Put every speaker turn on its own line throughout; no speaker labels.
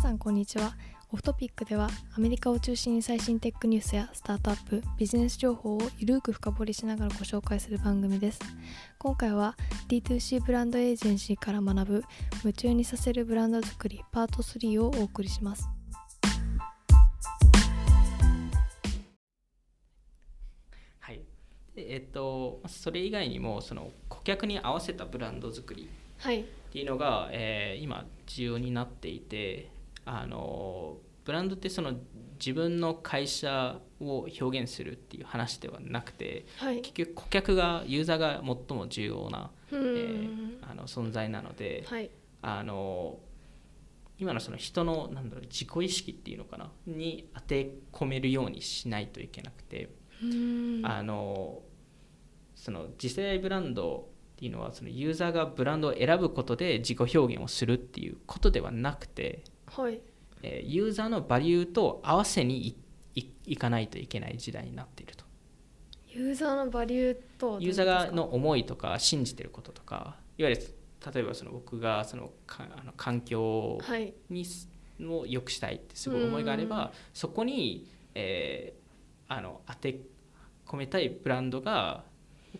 さんこんにちはオフトピックではアメリカを中心に最新テックニュースやスタートアップビジネス情報をゆるく深掘りしながらご紹介する番組です今回は D2C ブランドエージェンシーから学ぶ夢中にさせるブランド作りパート3をお送りします
はいでえっと、それ以外にもその顧客に合わせたブランド作り
はい
っていうのが、えー今重要になっていてあのブランドってその自分の会社を表現するっていう話ではなくて
はい
結局顧客がユーザーが最も重要な、
う
えーあの存在なので、
はい
あの今のその人のなんだろう自己意識っていうのかなに当て込めるようにしないといけなくて。あのその次世代ブランドっていうのはそのユーザーがブランドを選ぶことで自己表現をするっていうことではなくて、
はい
えーユーザーのバリューと合わせにいいいかないといけない時代になっていると
ユーザーのバリューと
ユーザーがの思いとか信じてることとかいわゆる例えばその僕がそのかあの環境
はい
にすを良くしたいってすごい思いがあればそこに、えーあの当て込めたいブランドが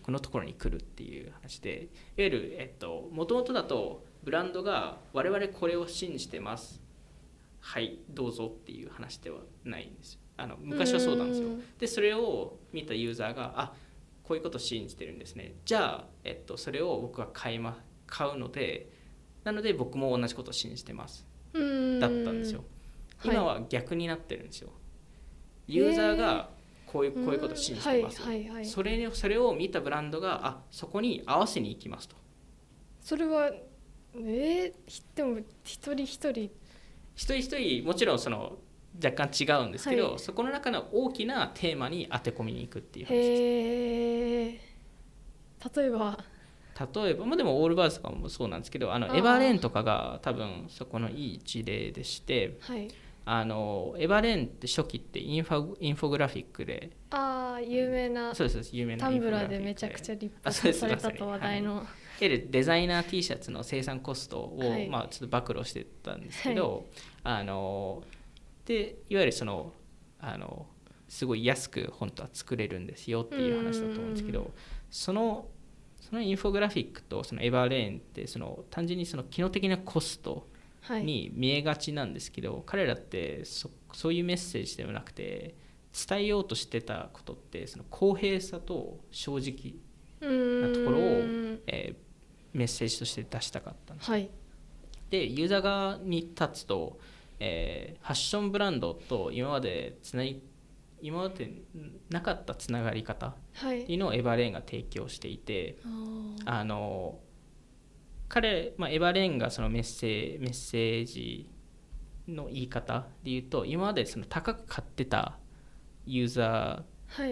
このところに来るっていう話でいわゆるも、えっともとだとブランドが我々これを信じてますはいどうぞっていう話ではないんですよあの昔はそうなんですよ
うん
でそれを見たユーザーがあこういうことを信じてるんですねじゃあ、えっと、それを僕は買い、ま、買うのでなので僕も同じことを信じてますだったんですよ。
はい
今は逆になってるんですよ。ユーザーがこういうこういうことを信じてます。
はいはいはい
それをそれを見たブランドがあそこに合わせに行きますと。
それはえー、ひでも一人一人
一人一人もちろんその若干違うんですけど、
はい
そこの中の大きなテーマに当て込みに行くっていう話です。
へえ例えば
例えば、まあ、でもオールバーズとかもそうなんですけどあの
あー
エバーレーンとかが多分そこのいい事例でして
はい
あのエバーレーンって初期ってインファインフォグラフィックで
ああ有名な
そうですそうです有名な
タンブラーで
インフ
め
ォグラフィック
ちゃくちゃリップ
あそうです
された
まさ
と
に
話題の
いわゆるデザイナー T シャツの生産コストを、
はい
まあ、ちょっと暴露してたんですけど、あのでいわゆるそのあのすごい安く本当は作れるんですよっていう話だと思うんですけ
う
どそのそのインフォグラフィックとそのエバーレーンってその単純にその機能的なコスト
はい
に見えがちなんですけど、彼らってそそういうメッセージではなくて伝えようとしてたことってその公平さと正直
う
な
ーん
ところを、えーメッセージとして出したかったんです
はい
でユーザー側に立つと、えーファッションブランドと今までつない今までなかったつながり方っ
は
て
い
いうのをエヴァレーンが提供していて
あー
あの彼、まあ、エヴァレーンがそのメッセーメッセージの言い方で言うと今までその高く買ってたユーザー
は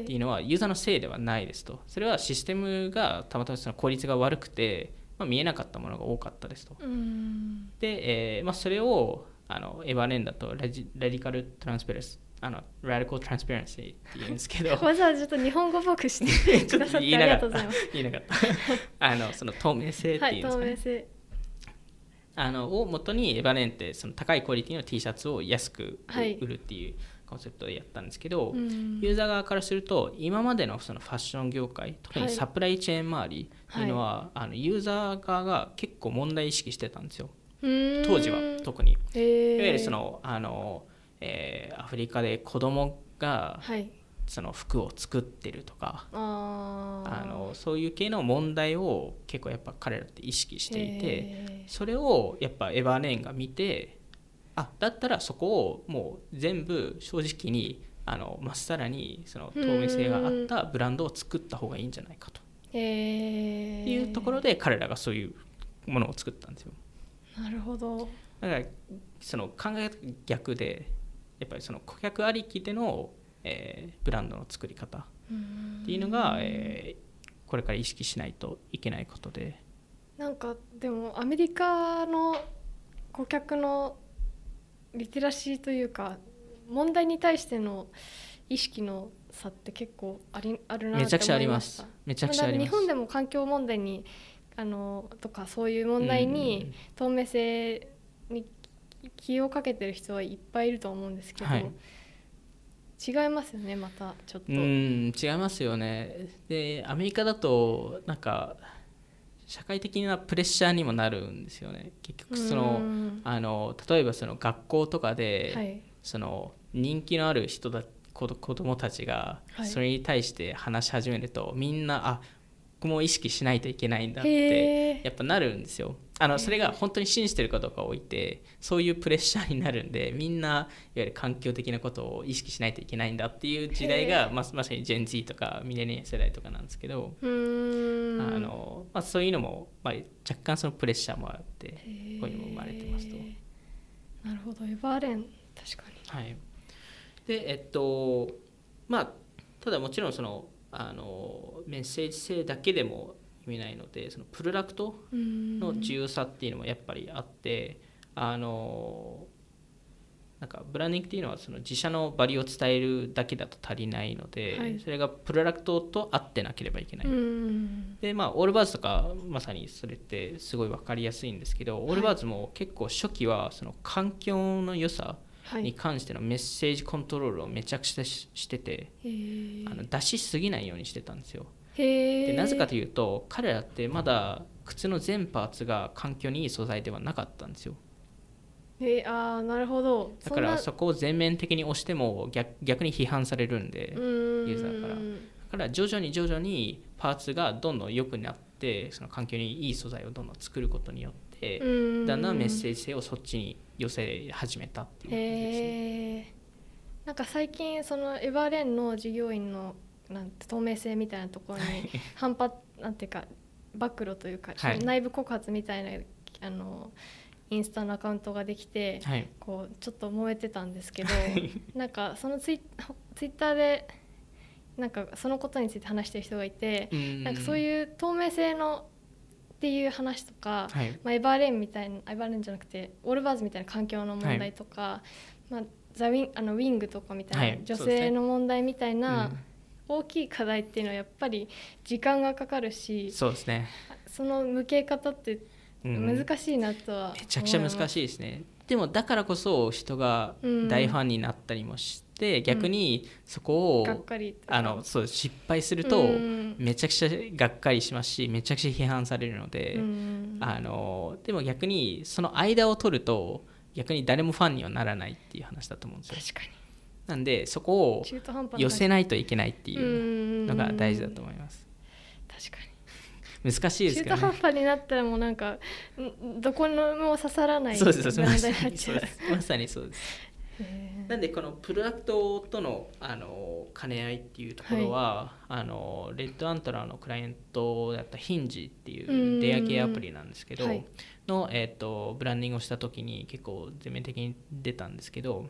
って
い
いうのはユーザーのせいではないですとそれはシステムがたまたまその効率が悪くて、まあ、見えなかったものが多かったですと
うーん
で、えーまあ、それをあのエヴァレンだとラジラディカルトランスペレンスあのラディカルトランスペレンシーって言うんです けど
わざわざちょっと日本語っぽくして
ち
く
ょ
だ
っ
さ
と
っ
言
て
い
あり
な
が
か
と
っ
うござ
た
い ます
言いなかった あのその透明性って
はいい
うんです
透
かね、
明性
あのを元にエヴァレンってその高いクオリティの T シャツを安く
はい
売るっていうコンセプトでやったんですけど、
うーん
ユーザー側からすると今までのそのファッション業界特に
はい
サプライチェーン周りっていうのは、あのユーザー側が結構問題意識してたんですよ
うーん
当時は特に、
へー
いわゆるそのあの、えーアフリカで子供が
はい
その服を作ってるとか
あー
あのそういう系の問題を結構やっぱ彼らって意識していて。
へ
それをやっぱエヴァーレーンが見てあだったらそこをもう全部正直にあのまっさらにその透明性があったブランドを作った方がいいんじゃないかと
ーへー
いうところで彼らがそういうものを作ったんですよ
なるほど
だからその考え方が逆でやっぱりその顧客ありきでの、えーブランドの作り方っていうのが、えーこれから意識しないといけないことで
なんかでもアメリカの顧客のリテラシーというか問題に対しての意識の差って結構ありあるなって思いました
めちゃくちゃありますめちゃくちゃあります
だから日本でも環境問題にあのとかそういう問題に
うん
透明性に気をかけてる人はいっぱいいると思うんですけど、
はい
違いますよねまたちょっと、
うん違いますよねでアメリカだとなんか社会的なプレッシャーにもなるんですよね結局そうの
ん
あの例えばその学校とかで、
はい
その人気のある人だ子子供たちが
はい
それに対して話し始めると、みんなあ僕も意識しないといけないんだって
へえ
やっぱなるんですよあのそれが本当に信じてるかどうかを置いてそういうプレッシャーになるんでみんないわゆる環境的なことを意識しないといけないんだっていう時代
へ
が、まあ、まさに Gen Z とかミレニア世代とかなんですけど、
うーん
あのまあ、そういうのも、まあ、若干そのプレッシャーもあって
へえ
ここにも生まれてますと。
なるほどエバーレン確かに
はい、でえっとまあただもちろんそのあのメッセージ性だけでも意味ないのでそのプロダクト
うーん
の重要さっていうのもやっぱりあって、あのなんかブランディングっていうのはその自社のバリューを伝えるだけだと足りないので、
はい
それがプロダクトと合ってなければいけない、
うーん
でまあオールバーズとかまさにそれってすごい分かりやすいんですけど、オールバーズも結構初期はその環境の良さ
は
に
い
関してのメッセージコントロールをめちゃくちゃししてて、
へえ
あの出しすぎないようにしてたんですよ。
へえ
でなぜかと
いう
いうと彼らってまだ靴の全パーツが環境にいい素材ではなかったんですよ
えー、ああなるほど
だから
そ
そこを全面的に押しても逆逆に批判されるんで、
んなうーん
ユーザーからだから徐々に徐々にパーツがどんどん良くなってその環境にいい素材をどんどん作ることによって、
うーん
だんだんメッセージ性をそっちに寄せ始めたっていう感じですね。
へえなんか最近そのエバーレンの従業員のなんて透明性みたいなところに反発なんていうか暴露というか、
はい
内部告発みたいなあのインスタのアカウントができて、
はい
こうちょっと燃えてたんですけどなんかそのツイツイッターでなんかそのことについて話してる人がいて、なんかそう
う
いう透明性のっていう話とか、
ん、はい、
まあ、エバーレーンみたいなエバーレーンじゃなくてオールバーズみたいな環境の問題とか、まあ、ザウィンあのウィングとかみたいな、
はい
女
そうです
性
ね
の問題みたいな
うん
大きい課題っていうのはやっぱり時間がかかるしそ
そうですね、
の向け方って
うん
難しいなとは、
めちゃくちゃ難
い
しいですねでもだからこそ人が大ファンになったりもして、逆にそこを、
がっかりとか
あのそう失敗す
う
ると
ん
めちゃくちゃがっかりしますしめちゃくちゃ批判されるので、
うん
あのでも逆にその間を取ると逆に誰もファンにはならないっていう話だと思うんですよ
確か
なんでそこを
に中途半端
寄せ
な
ないといけないって
い
いうのが大事だと
思
思います
確かに
難しいで
中
すけ
途
ど
半
ね
端になったらもうなんかんどこのも刺さらない
そうです
ブ
ま
ランド
さ
になっ
に
ち
そ
ゃ
う
う
ですまさにそうです
へ
なんでこのプロダクトとのあの兼ね合いっていうところは、あのレッドアントラーのクライアントだったヒンジって
うん
いうレア系アプリなんですけど、
はい
の、えっとブランディングをした時に結構全面的に出たんですけど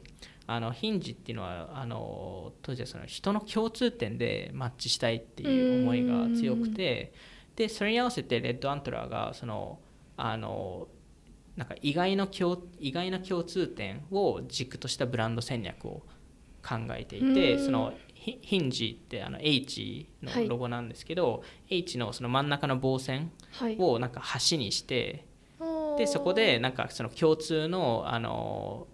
あのヒンジっていうのはあの当時はその人の共通点でマッチしたいっていう思いが強くてでそれに合わせてレッドアントラーがそのあのなんか意外の共意外な共通点を軸としたブランド戦略を考えていて
うん
そのヒヒンジってあの H
はい
のロゴなんですけど、H のその真ん中の棒線
はい
をなんか橋にして
おー
でそこでなんかその共通のあの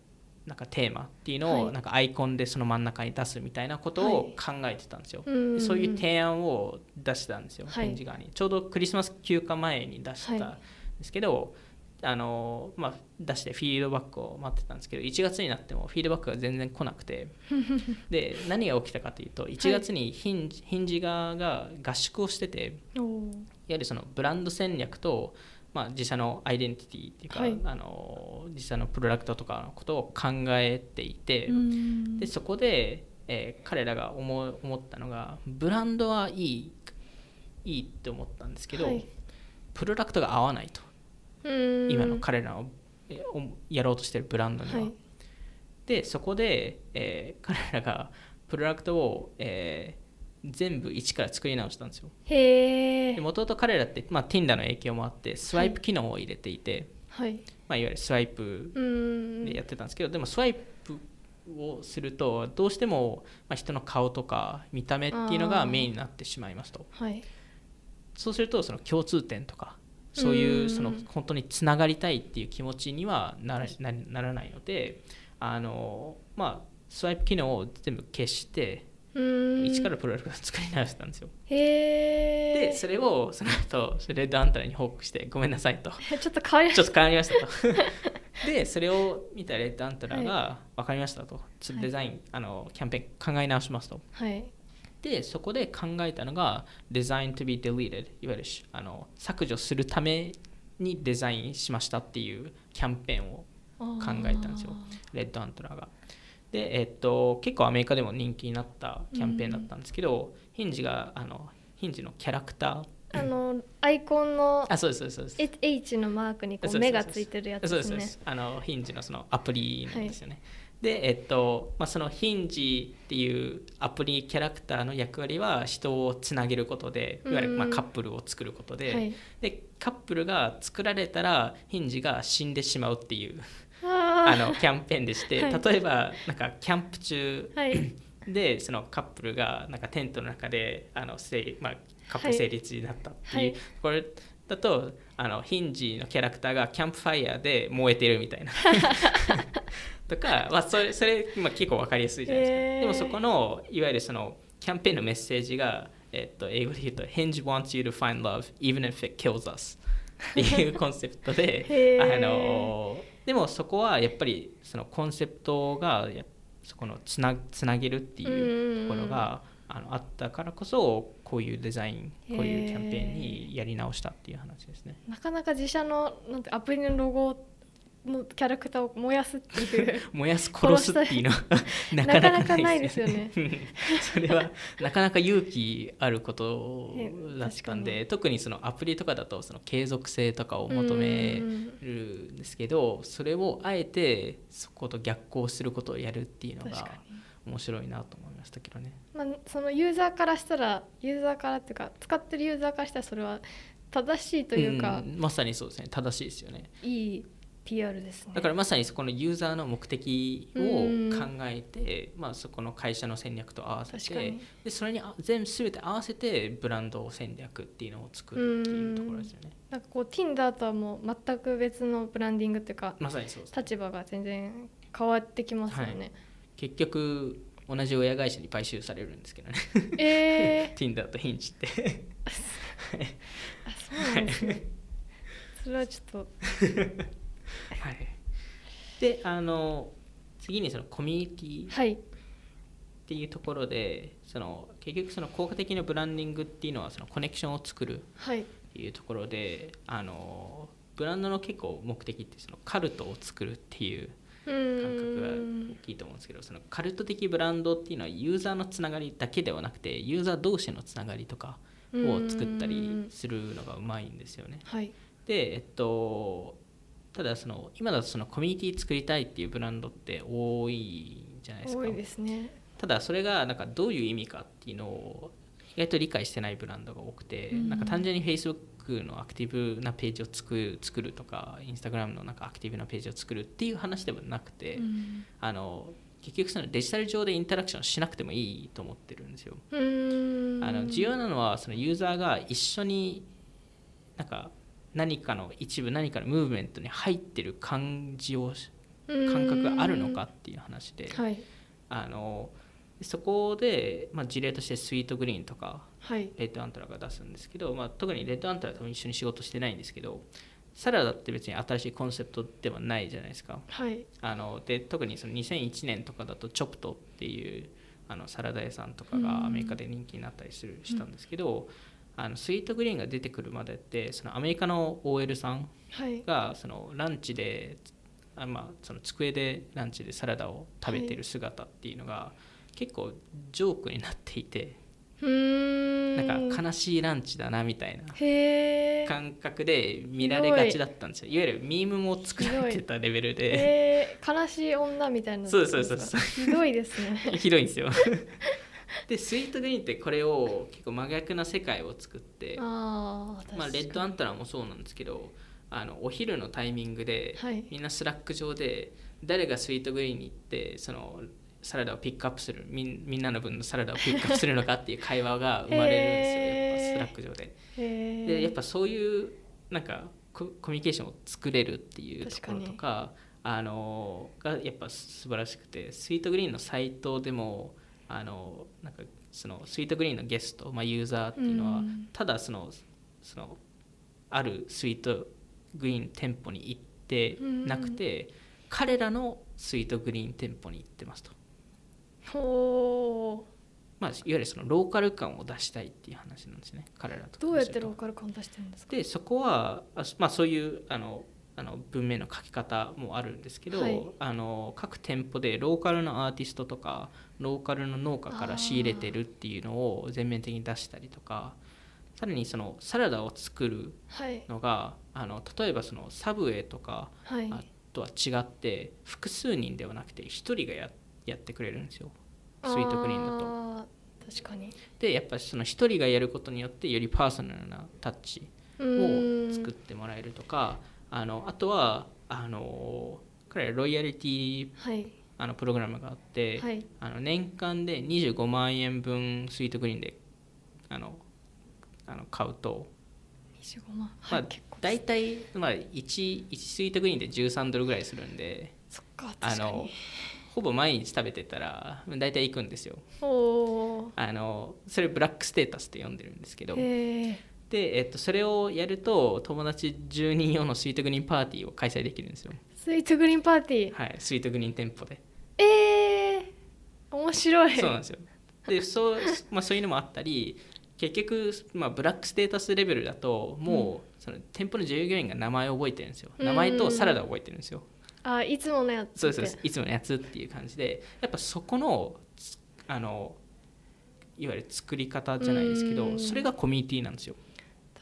なんかテーマっていうの
は
を
い
なんかアイコンでその真ん中に出すみたいなことを考えてたんですよ。
うん
でそういう提案を出してたんですよ、
はい
返事側にちょうどクリスマス休暇前に出したん
はい
ですけど、あのまあ、出してフィードバックを待ってたんですけど1月になってもフィードバックが全然来な くてで何が起きたかというと1月にヒンジ,、ヒンジ側が合宿をしてていわ
おー
ゆるそのブランド戦略と、まあ、自社のアイデンティティっていうか、
はい
あの自社のプロダクトとかのことを考えていて。
うん
でそこで、えー彼らが思う思ったのがブランドはいいいいって思ったんですけど、
はい
プロダクトが合わないと
うん
今の彼らの、えーおやろうとしてるブランドには。
はい
でそこで、えー彼らがプロダクトを、えー全部一から作り直したんですよ。
へえ
もともと彼らって、まあ、Tinder の影響もあってスワイプ機能を入れていて、
はい
まあ、いわゆるスワイプ
うん
でやってたんですけど、でもスワイプをするとどうしてもまあ人の顔とか見た目っていうの
あー
がメインになってしまいますと
はい
そうするとその共通点とか
う
そういううんその本当につながりたいっていう気持ちにはならなならないのであの、まあ、スワイプ機能を全部消して
うん
一からプロダクトを作り直したんですよ。
へ
で
え
それをその後それであんたらに報告して「ごめんなさい」と
ちょっと変わりま
「ちょ
し
ったと変わりました」と。でそれを見たレッドアントラーが「分かりました」と「ちょっとデザイン、あのキャンペーン考え直します」と。
はい
でそこで考えたのがデザイン to be deleted いわゆるしあの削除するためにデザインしましたっていうキャンペーンを
考
えたんですよレッドアントラーがでえっと結構アメリカでも人気になったキャンペーンだったんですけど、ヒンジがあのヒンジのキャラクター
あのアイコンの
あそうですそうですそうです
H- H のマークにこ
そう
う
で
目
す
がついてるやつで
そうです
す
そうで
ね
すあのヒンジのそのアプリなんですよね、でえっと、まあ、そのヒンジっていうアプリキャラクターの役割は人をつなげることでいわゆるまあ
うん
カップルを作ることで,、
はい
でカップルが作られたらヒンジが死んでしまうっていう
あ
あのキャンペーンでし て、
はい
例えばなんかキャンプ中
ーはい
でそのカップルがなんかテントの中であのせい、まあ、カップル成立になったっていう、
はい
これだとあのヒンジのキャラクターがキャンプファイヤーで燃えてるみ たいなとか、まあ、それそれ、まあ、結構分かりやすいじゃないですか、
えー
でもそこのいわゆるそのキャンペーンのメッセージが、えっと、英語で言うと「Hinge wants you to find love even if it kills us」っていうコンセプトで
へー
あのでもそこはやっぱりそのコンセプトがやそこのつなつなげるっていうところがあのあったからこそこういうデザイン
へー
こういうキャンペーンにやり直したっていう話ですね。
なかなか自社のなんてアプリのロゴのキャラクターを燃やすっていう
燃やす殺すっていうのは なかなかないですよね。それはなかなか勇気あることだったん
え
で特にそのアプリとかだとその継続性とかを求め
うん
るんですけどそれをあえてそこと逆行することをやるっていうの
確
が
かに
面白いなと思いましたけどね。
まあ、そのユーザーからしたらユーザーからっていうか使ってるユーザーからしたらそれは正しいというか、
んまさにそうですね正しいですよね。
いい PR ですね
だからまさにそこのユーザーの目的を
うん
考えて、まあ、そこの会社の戦略と合わせ
確か
て
に
でそれにあ全全て合わせてブランド戦略っていうのを作るっていうところですよね。
なんかこう Tinder とはもう全く別のブランディングっていうか
まさにそうです
立場が全然変わってきますよね、
結局同じ親会社に買収されるんですけどね
え
Tinder と Hinge って
ー、あ そうなんですねそれはちょっと
はいであの次にそのコミュニティ
はい
っていうところでその結局その効果的なブランディングっていうのはそのコネクションを作る
はい
っていうところであのブランドの結構目的ってそのカルトを作るっていう
う
感
ー
覚が
ん
大きいと思うんですけどそのカルト的ブランドっていうのはユーザーのつながりだけではなくてユーザー同士のつながりとかを作ったりするのがうまいんですよね。
はい
でえっとただその今だとそのコミュニティ作りたいっていうブランドって多いじゃないですか
多いですね
ただそれがなんかどういう意味かっていうのを意外と理解してないブランドが多くて、
うん
なんか単純に Facebook のアクティブなページを作る作るとか Instagram のなんかアクティブなページを作るっていう話ではなくて、
うん
あの結局そのデジタル上でインタラクションしなくてもいいと思ってるんですよ。
うーん
あの重要なのはそのユーザーが一緒になんか何かの一部何かのムーブメントに入ってる感じを感覚があるのかっていう話で、
はい
あのそこで、まあ、事例としてスイートグリーンとか
はい
レッドアントラーが出すんですけど、まあ、特にレッドアントラーとも一緒に仕事してないんですけどサラダって別に新しいコンセプトではないじゃないですか
はい
あので特にその2001年とかだとチョプトっていうあのサラダ屋さんとか
うん
がアメリカで人気になったりするしたんですけど、あのスイートグリーンが出てくるまでってそのアメリカの OL さん
はい
がそのランチであ、まあ、その机でランチでサラダを食べてる姿っていうのが結構ジョークになっていて、
うーん
なんか悲しいランチだなみたいな
へえ
感覚で見られがちだったんですよいわゆるミームも作られてたレベルで
えー、悲しい女みたいな
そうですそうですそう
ひどいです ね
ひどいんですよでスイートグリーンってこれを結構真逆な世界を作って
ああ確かに、
まあ、レッドアントラーもそうなんですけどあのお昼のタイミングで、
はい
みんなスラック上で誰がスイートグリーンに行ってそのサラダをピックアップするみんみんなの分のサラダをピックアップするのかっていう会話が生まれるんですよ
へー
やっぱスラック上で。
へー
でやっぱそういうなんかココミュニケーションを作れるっていうところとか
確
あのがやっぱ素晴らしくてスイートグリーンのサイトでもあのなんかそのスイートグリーンのゲスト、まあ、ユーザーっていうのは、
うん
ただそのそのあるスイートグリーン店舗に行ってなくて、彼らのスイートグリーン店舗に行ってますと。
おー
まあ、いわゆるそのローカル感を出したいっていう話なんですね彼らと
どうやってローカル感出してるんですか
でそこはあ、まあ、そういうあのあの文面の書き方もあるんですけど、
はい
あの各店舗でローカルのアーティストとかローカルの農家から仕入れてるっていうのを全面的に出したりとかさらにそのサラダを作る
はい
のがあの例えばそのサブウェイとか
はい
あとは違って複数人ではなくて1人がややってくれるんですよスイートグリーンだと。
あー確かに
でやっぱその一人がやることによってよりパーソナルなタッチ
う
を
ーん
作ってもらえるとかあのあとはあの彼らロイヤリティ
はい
あのプログラムがあって、
はい
あの年間で25万円分スイートグリーンであのあの買うと、
25万はい、
まあ
結構
大体、まあ、1, 一スイートグリーンで13ドルぐらいするんで
そっか
あ
確か
の
に
ほぼ毎日食べてたら大体行くんですよ
おー
あのそれブラックステータスって呼んでるんですけど。
へえ
で、えっと、それをやると友達10人用のスイートグリーンパーティーを開催できるんですよ、
スイートグリーンパーティー
はい、スイートグリーン店舗で
ええ面白い
そうなんですよでそう,、まあ、そういうのもあったり結局、まあ、ブラックステータスレベルだともう、その店舗の従業員が名前を覚えてるんですよ
うん
名前とサラダを覚えてるんですよ、
あいつものやつ
そうですそうですいつものやつっていう感じでやっぱそこのつあのいわゆる作り方じゃないですけ
う
ど
ん
それがコミュニティなんですよ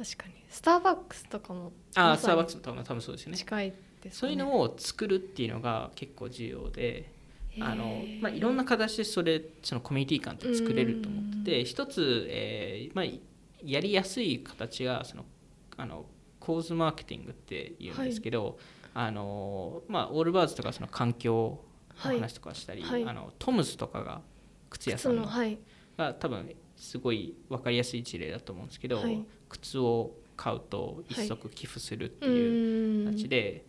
確かにスターバックスとかも
あ
ま
あ
さに
スターバックスも多分多分そうですよね
近いですか
そう
ね
いうのを作るっていうのが結構重要で、
へー
あのまあ、いろんな形でそれそのコミュニティ感って作れると思って
う
て一つ、えーまあ、やりやすい形がそのあの構図マーケティングっていうんですけど、あのまあ、オールバーズとかその環境の話とかしたり、
はいはい
あのトムズとかが靴屋
靴
さん
の
の
はい
が多分すごい分かりやすい事例だと思うんですけど、
はい
靴を買うと一足寄付するっていう。
うーん
形で、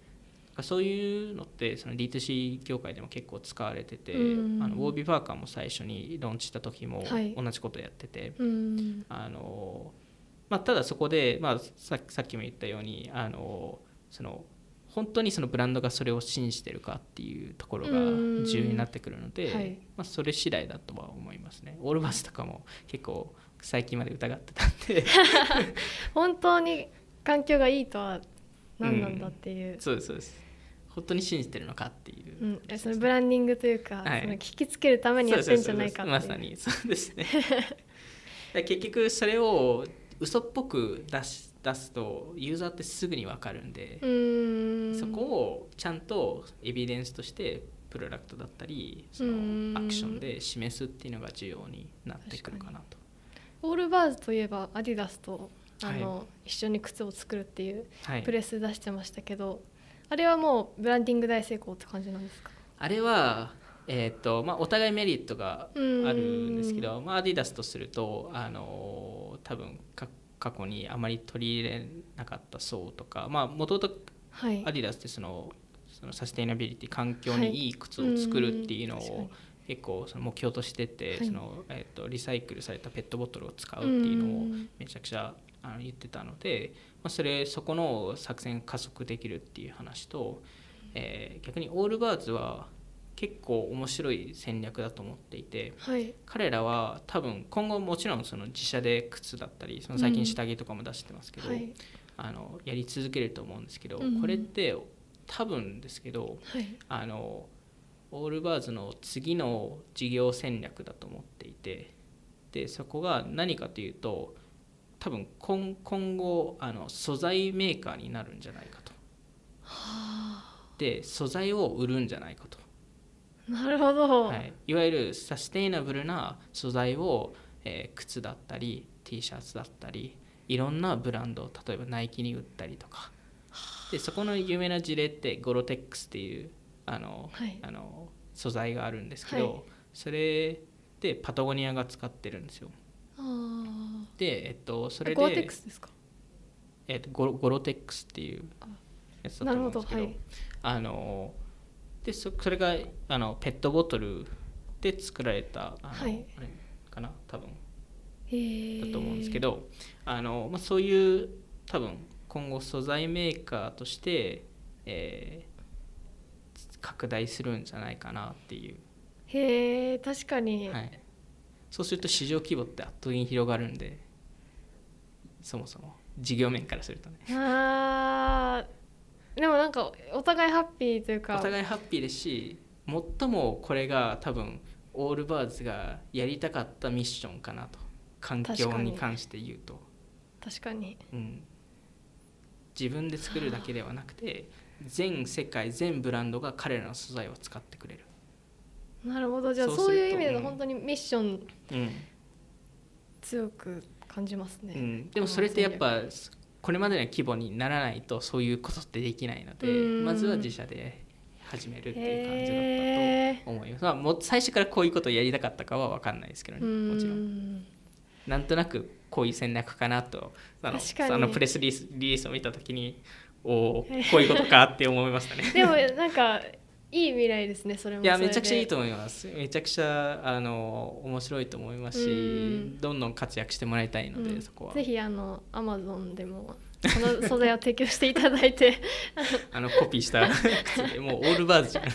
そういうのってその D2C 業界でも結構使われてて、
うん
あのウォービー・パーカーも最初にローンチした時も
はい
同じことやってて、
うーん
あのまあ、ただそこで、まあ、ささっきも言ったようにあのその本当にそのブランドがそれを信じてるかっていうところが
うん
重要になってくるので、
はい
まあ、それ次第だとは思いますね。オールバスとかも結構最近まで疑ってたん で
本当に環境がいいとは何なんだっていう、
そうですそうです本当に信じてるのかっていう
うん
話ですね、
えそのブランディングというか、
はい
その聞きつけるためにやってんじゃないかっていう
そうですそうですまさにそうですねだ から結局それを嘘っぽく出し出すとユーザーってすぐに分かるんで
う、ーん
そこをちゃんとエビデンスとしてプロダクトだったりそ
うん
のアクションで示すっていうのが重要になってくるかなと
オールバーズといえばアディダスとあの、一緒に靴を作るっていう
はい
プレス出してましたけど、あれはもうブランディング大成功って感じなんですか
あれは、えーとまあ、お互いメリットがあるんですけど、まあ、アディダスとすると、あのー多分か過去にあまり取り入れなかった層とかもともと
はい
アディダスってそのそのサステイナビリティ環境
はい
にいい靴を作るっていうの
うん確
を
か
結構その目標としてて、
はい
そのえー、とリサイクルされたペットボトルを使うっていうのを
うん
めちゃくちゃあの言ってたので、まあ、それそこの作戦加速できるっていう話と、えー逆にオールバーズは結構面白い戦略だと思っていて
はい
彼らは多分今後もちろんその自社で靴だったりその最近下着とかも出してますけど、
はい
あのやり続けると思うんですけど、
うん
これって多分ですけど
はい
あのオールバーズの次の事業戦略だと思っていてでそこが何かというと多分今今後あの素材メーカーになるんじゃないかと
は
で素材を売るんじゃないかと、
あなるほど、
はい、いわゆるサステイナブルな素材を、えー靴だったり T シャツだったりいろんなブランドを例えばナイキに売ったりとかでそこの有名な事例ってゴロテックスっていうあの、
はい
あの素材があるんですけど、
はい
それでパタゴニアが使ってるんですよ
あー
でえっとそれで
ゴアテックスですか
えーとゴロゴロテックスっていうやつだと思うんですけど
なるほ
あのでそそれがあのペットボトルで作られたあの、
はい
あれかな多分
へー
だと思うんですけど、あのまあ、そういう多分今後素材メーカーとして、えー拡大するんじゃないかなっていう、
へえ確かに、
はい、そうすると市場規模って圧倒的に広がるんでそもそも事業面からするとね
あーでもなんかお互いハッピーという
お
か
互いハッピーですし最もこれが多分オールバーズがやりたかったミッションかなと環境
確か
に
に
関して言うと。
確かに
うん、自分で作るだけではなくて全世界全ブランドが彼らの素材を使ってくれる、
なるほどじゃあ
そう
そう
すると
いう意味で
う
の
ん
本当にミッション
うん
強く感じますね、
うん、でもそれってやっぱこれまでの規模にならないとそういうことってできないので
うん
まずは自社で始めるっていう感じだ
へ
ったと思います、まあ、もう最初からこういうことをやりたかったかは分かんないですけど
ーう
ね
ん
もちろんなんとなくこういう戦略かなとあの
確かに
あのプレスリリースリリースを見た時におお こういうことかって 思いましたね
でもなんかいい未来ですねそれも
いやめちゃくちゃいいと
思
思いますめちゃくちゃあの面白いと思いますし、
うん
どんどん活躍してもらいたいので、そこは
ぜひあのアマゾンでもこの素材を提供していただい て
あのコピーした靴 でもうオールバーズじゃんオ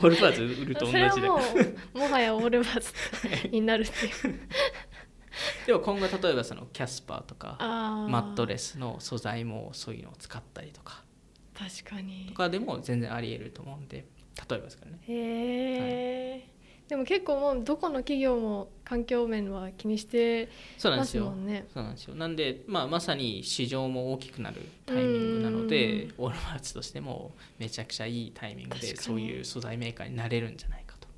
ールバーズ売ると同
そ
じ
れ
だ
は
か
も
ら
うもはやオールバーズになるっていう
でも今後例えばそのキャスパーとか
あー
マットレスの素材もそういうのを使ったりとか
確かに
とかでも全然ありえると思うんで例えばですからね
へえ、でも結構もうどこの企業も環境面は気にして
そうなん
ま
です
す
よ
もんね。
そうなんですよなんで、まあ、まさに市場も大きくなるタイミングなので
うん
オールマーツとしてもめちゃくちゃいいタイミング
確
で
かに
そういう素材メーカーになれるんじゃないかと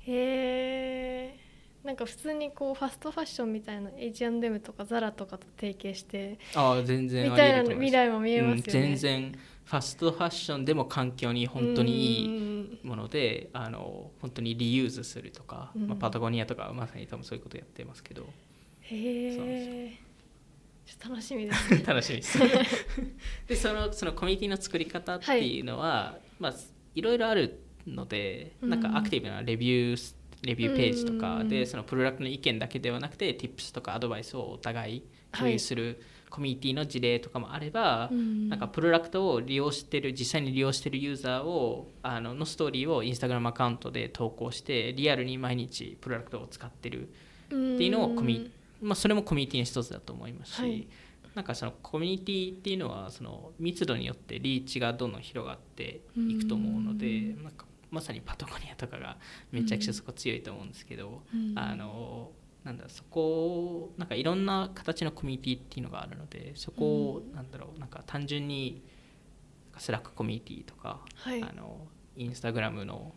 へえ。なんか普通にこうファストファッションみたいな H&M とか ZARA とかと提携して
ああ全然
みた
ありえ
い
る
な
と思
未来も見え
い
ま
ますす
よね。
うん全然ファストファッションでも環境に本当にいい
いい。
ものであの本当にリユーズするとか、
うん
まあ、パタゴニアとかはまさに多分そういうことやってますけどそうなん
へえ。ちょっと楽しみです。
楽しみですでそのそのコミュニティの作り方っていうのは、まあいろいろあるのでなん
うん
かアクティブなレビューレビューページとか
う
で
ん
そのプロダクトの意見だけではなくて tips とかアドバイスをお互い共有するコミュニティの事例とかもあれば、なんかプロダクトを利用してる実際に利用してるユーザーをあののストーリーをインスタグラムアカウントで投稿してリアルに毎日プロダクトを使ってる
て
っていうのをコミ、まあ、それもコミュニティの一つだと思いますし、
はい
なんかそのコミュニティっていうのはその密度によってリーチがどんどん広がっていくと思うので
うん
なんかまさにパタゴニアとかがめちゃくちゃそこ強いと思うんですけど、
うん
あのなんだそこをなんかいろんな形のコミュニティっていうのがあるのでそこを
う
なんだろうなんか単純になんかスラックコミュニティとか、
はい
あのインスタグラムの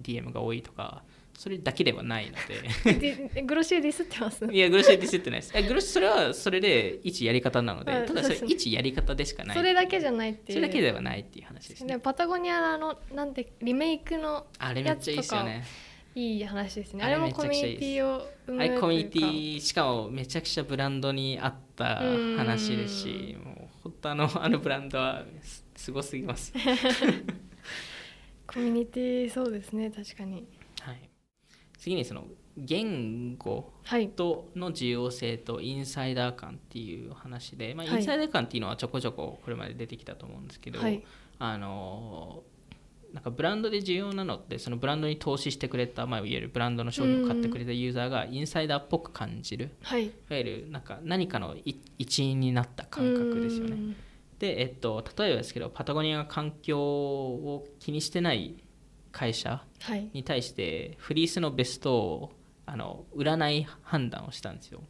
DM が多いとかそれだけではないので。
でグロシエディスってます。
いや、グロシエディスってないです。えグロシそれはそれで一やり方なので、
うん
ただそれ
そうですね
一やり方でしかない。
それだけじゃないっていう。
それだけではないっていう話です
で
ね
も。パタゴニアのなんてリメイクの
あれめっちゃいいですよ
や
ね。
いい話ですね。あ
あ
れ
れ
も
めち
コ
ゃ
ミ
くち
ュ
ゃい
ニテ
いです
ィを生むとい
あ
う
れ
か。
コミュニティしかもめちゃくちゃブランドに合った話ですし、もう本当あのあのブランドはすすごす ぎます。
コミュニティそうですね確かに。
はい。次にその言語
はい。
との重要性とインサイダー感っていう話で、まあ、
はい
インサイダー感っていうのはちょこちょここれまで出てきたと思うんですけど、
はい
あのなんかブランドで重要なのってそのブランドに投資してくれた、まあ、いわゆるブランドの商品を買ってくれたユーザーがインサイダーっぽく感じる
はい。
いわゆるなんか何かのい一員になった感覚ですよ
う
ね。
ん。
で、えっと、例えばですけどパタゴニアが環境を気にしてない会社
はい。
に対してフリースのベストをあの売らない判断をしたんですよ。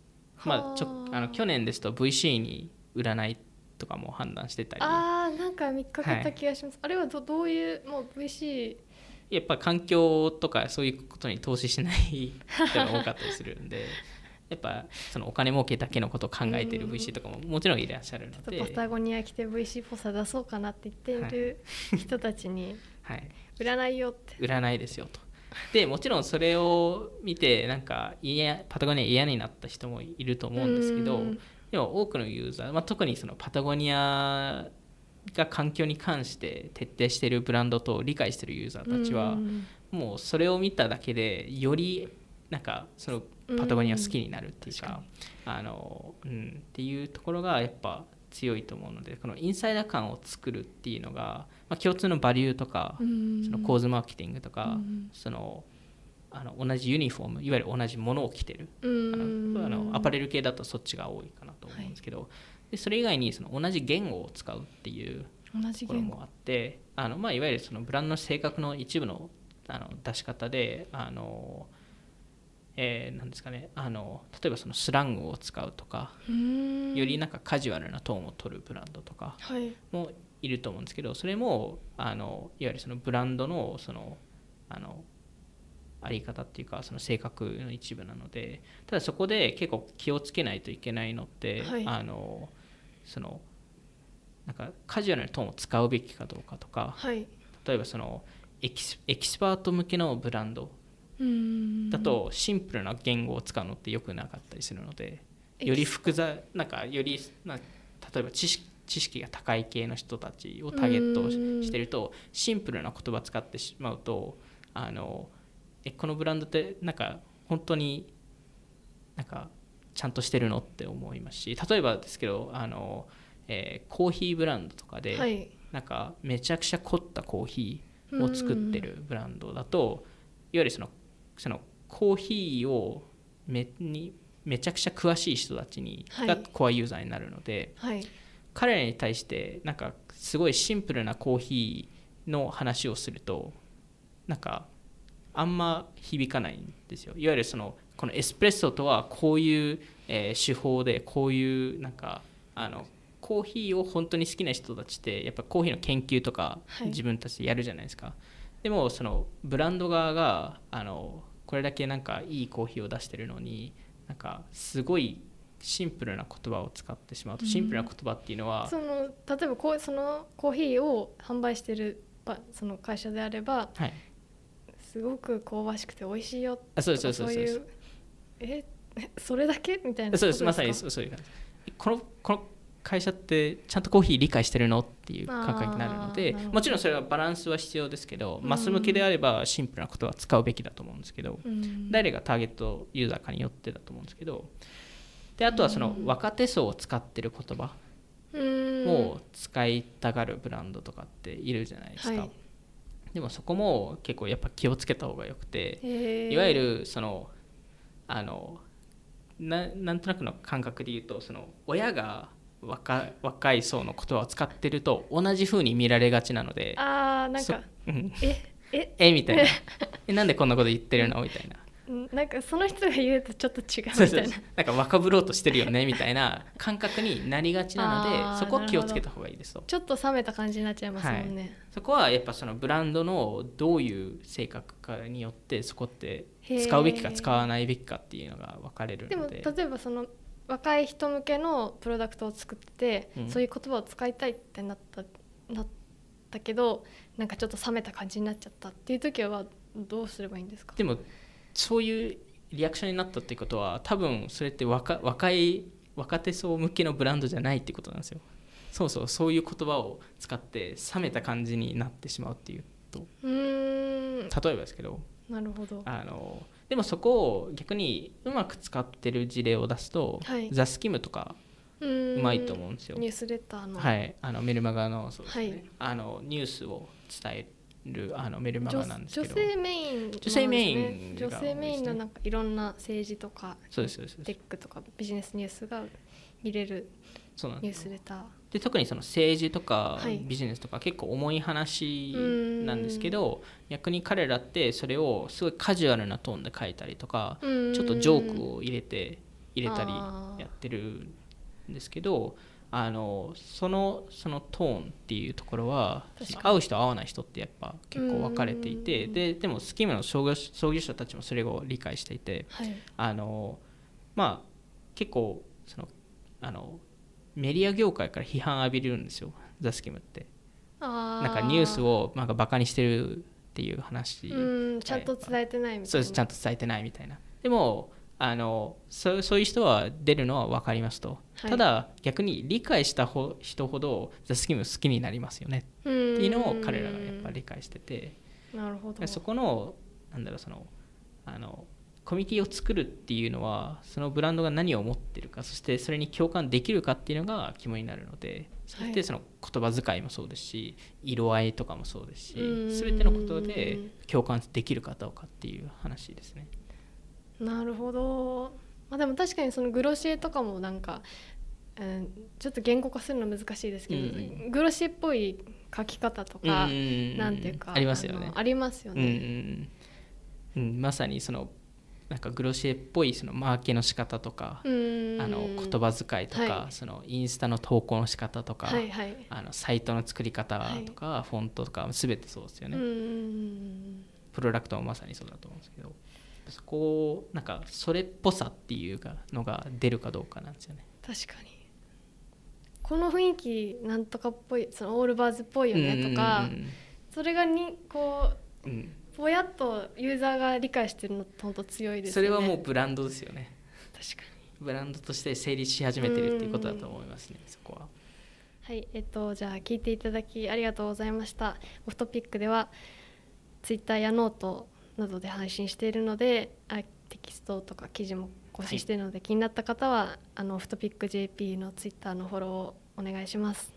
まあ、ちょ
はあ
あの去年ですと VC に売らないとかも判断してたり
ああなんか見かけた気がします。あれはどどういうもう VC
やっぱ環境とかそういうことに投資しない人が多かったりする んでやっぱそのお金儲けだけのことを考えてる VC とかももちろんいらっしゃるの
ちょっ
で、
とパタゴニア来て VC っぽさ出そうかなって言っている人たちに
はい、
売らないよって。
売らないですよと。でもちろんそれを見てなんか嫌パタゴニア嫌になった人もいると思うんですけど
うん
でも多くのユーザー、まあ、特にそのパタゴニアが環境に関して徹底しているブランドと理解しているユーザーたちは
うんうん
もうそれを見ただけでよりなんかそのパタゴニア好きになるっていう
うん
か,、あのうん、っていうところがやっぱ強いと思うのでこのインサイダー感を作るっていうのが、まあ、共通のバリューとか
うん
その構図マーケティングと
う
か
ん
そのあの同じユニフォームいわゆる同じものを着てるあのあのアパレル系だとそっちが多いかなと思うんですけど、でそれ以外にその同じ言語を使うっていう
ル同じ
ところ
言語
もあってあの、まあ、いわゆるそのブランドの性格の一部のあの出し方であの、えーなんですかねあの例えばそのスラングを使うとかよ
よ
りなんかカジュアルなトーンを取るブランドとか
はい
もいると思うんですけどそれもあのいわゆるそのブランドのそのあのあり方っていうかその性格の一部なのでただそこで結構気をつけないといけないのって、
はい
あのそのなんかカジュアルなトーンを使うべきかどうかとか
はい
例えばそのエキスエキスパート向けのブランド
うん
だとシンプルな言語を使うのって良くなかったりするのでより複雑なんかよりな例えば知識知識が高い系の人たちをターゲットをし
うん
してるとシンプルな言葉使ってしまうとあのえこのブランドってなんか本当になんかちゃんとしてるのって思いますし例えばですけどあの、えーコーヒーブランドとかで、
はい
なんかめちゃくちゃ凝ったコーヒーを作ってるブランドだといわゆるそのそのコーヒーをめにめちゃくちゃ詳しい人たちに、
はい
がコアユーザーになるので
はい
彼らに対してなんかすごいシンプルなコーヒーの話をするとなんかあんま響かないんですよいわゆるそのこのエスプレッソとはこういう、えー手法でこういうなんかあのコーヒーを本当に好きな人たちってやっぱコーヒーの研究とか
はい
自分たちでやるじゃないですか、でもそのブランド側があのこれだけなんかいいコーヒーを出してるのになんかすごいシンプルな言葉を使ってしまうとシンプルな言葉っていうのは、
その例えばこうそのコーヒーを販売してるばその会社であれば
はい
すごく香ばしくて美味しいよ
あそう
と
ですそう
か
ですそう
そう
です
いうええそれだけみたいな
そうです
こと
まさに
か
そうそういう感じこのこの会社ってちゃんとコーヒー理解してるのっていう感覚になるの
あー
で
なるほど
もちろんそれはバランスは必要ですけど、
うん
マス向けであればシンプルなことは使うべきだと思うんですけど、
うん
誰がターゲットユーザーかによってだと思うんですけどであとはその若手層を使ってる言葉
うん
を使いたがるブランドとかっているじゃないですか、
はい
でもそこも結構やっぱ気をつけた方がよくて、
へー
いわゆるそのあのななんとなくの感覚で言うとその親が若若い層の言葉を使ってると同じ風に見られがちなので
あーなん
そ
か
うん
ええ
えみたいなえなんでこんなこと言ってるのみた いな
うんなんかその人が言うとちょっと違うみたいな
そうそうそうなんか若ぶろうとしてるよねみたいな感覚になりがちなの
あー
でそこは気をつけた方がいいですと
ちょっと冷めた感じになっちゃいますもんね、
そこはやっぱそのブランドのどういう性格かによってそこって
へー
使うべきか使わないべきかっていうのが分かれる
でも
ので
例えばその若い人向けのプロダクトを作ってて、
うん
そういう言葉を使いたいってなったなったけどなんかちょっと冷めた感じになっちゃったっていう時はどうすればいいんですか
でもそういうリアクションになったってことは多分それって若若い若手層向けのブランドじゃないってことなんですよそうそうそういう言葉を使って冷めた感じになってしまうっていうと
うーん
例えばですけど
なるほど
あのでもそこを逆にうまく使ってる事例を出すと、
はい
ザ・スキムとか
うーん
うまいと思うんですよ
ニュースレターの、
はい、あのメルマガのそうです、ね
はい
あのニュースを伝えるあのメルマ
女
ガなんですけ
女
ど
性メインのですね、
女性メインが多いですね
女性メインのなんかいろんな政治とか
そうですそうですそう
テ
です
ックとかビジネスニュースが見れる
そうなん
ニュー
です
スレター
で特にその政治とか
はい
ビジネスとか結構重い話なんですけど、逆に彼らってそれをすごいカジュアルなトーンで書いたりとか、
うーん
ちょっとジョークを入れて入れたり
あー
やってるんですけどあのそのそのトーンっていうところは
確かに
合う人合わない人ってやっぱ結構分かれていて
うん
ででもスキムの創業創業者たちもそれを理解していて。
はい
あのまあ結構そのあのメディア業界から批判浴びれるんですよザ・スキムって
あ
なんかニュース
を
をなんかバカにしてるっていう話
うんちゃんと伝えてないみたいな
そうですちゃんと伝えてないみたいなでもあのそうそういう人は出るのは分かりますと、
はい
ただ逆に理解したほ人ほどザ・スキム好きになりますよね
て
って
い
いうのを彼らがやっぱり理解してて
なるほど
そこのなんだろうそのあのコミュニティを作るっていうのはそのブランドが何を持ってるかそしてそれに共感できるかっていうのが肝になるのでそれっ
は
て
い
その言葉遣いもそうですし色合いとかもそうですし
うん
全てのことで共感できるかどうかっていう話ですね。
なるほど、まあ、でも確かにそのグロシエとかもなんか、うん、ちょっと言語化するの難しいですけど、
うんう
グロシエっぽい書き方とか、な
な
んていうか
ありますよね
あの。ありますよ
うんう
ね、
んうんうんまさにそのなんかグロシエっぽいそのマーケの仕方とか、
うん
あの言葉遣いとか、
はい
そのインスタの投稿の仕方とか、
はいはい
あのサイトの作り方とか、フォントとか全てそうですよ
う
ね、
んうんうん
プロダクトもまさにそうだと思うんですけどそこをなんかそれっぽさっていうかのが出るかどうかなんですよね。
確かにこの雰囲気なんとかっぽいそのオールバーズっぽいよねとか、それがにこ
うんうんうんうん
うぼやっとユーザーが理解してるのって本当強いです
そ
よね
れはもうブランドですよね。
確かに
ブランドとして成立し始めてるっていうことだと思いますね、そこは。
はい、えっと、じゃあ聞いていただきありがとうございました。オフトピックでは、ツイッターやノートなどで配信しているので、あテキストとか記事も更新しているので、気になった方は、あのオフトピック JP のツイッターのフォローをお願いします。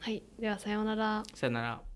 はい、ではさようなら。
さよなら。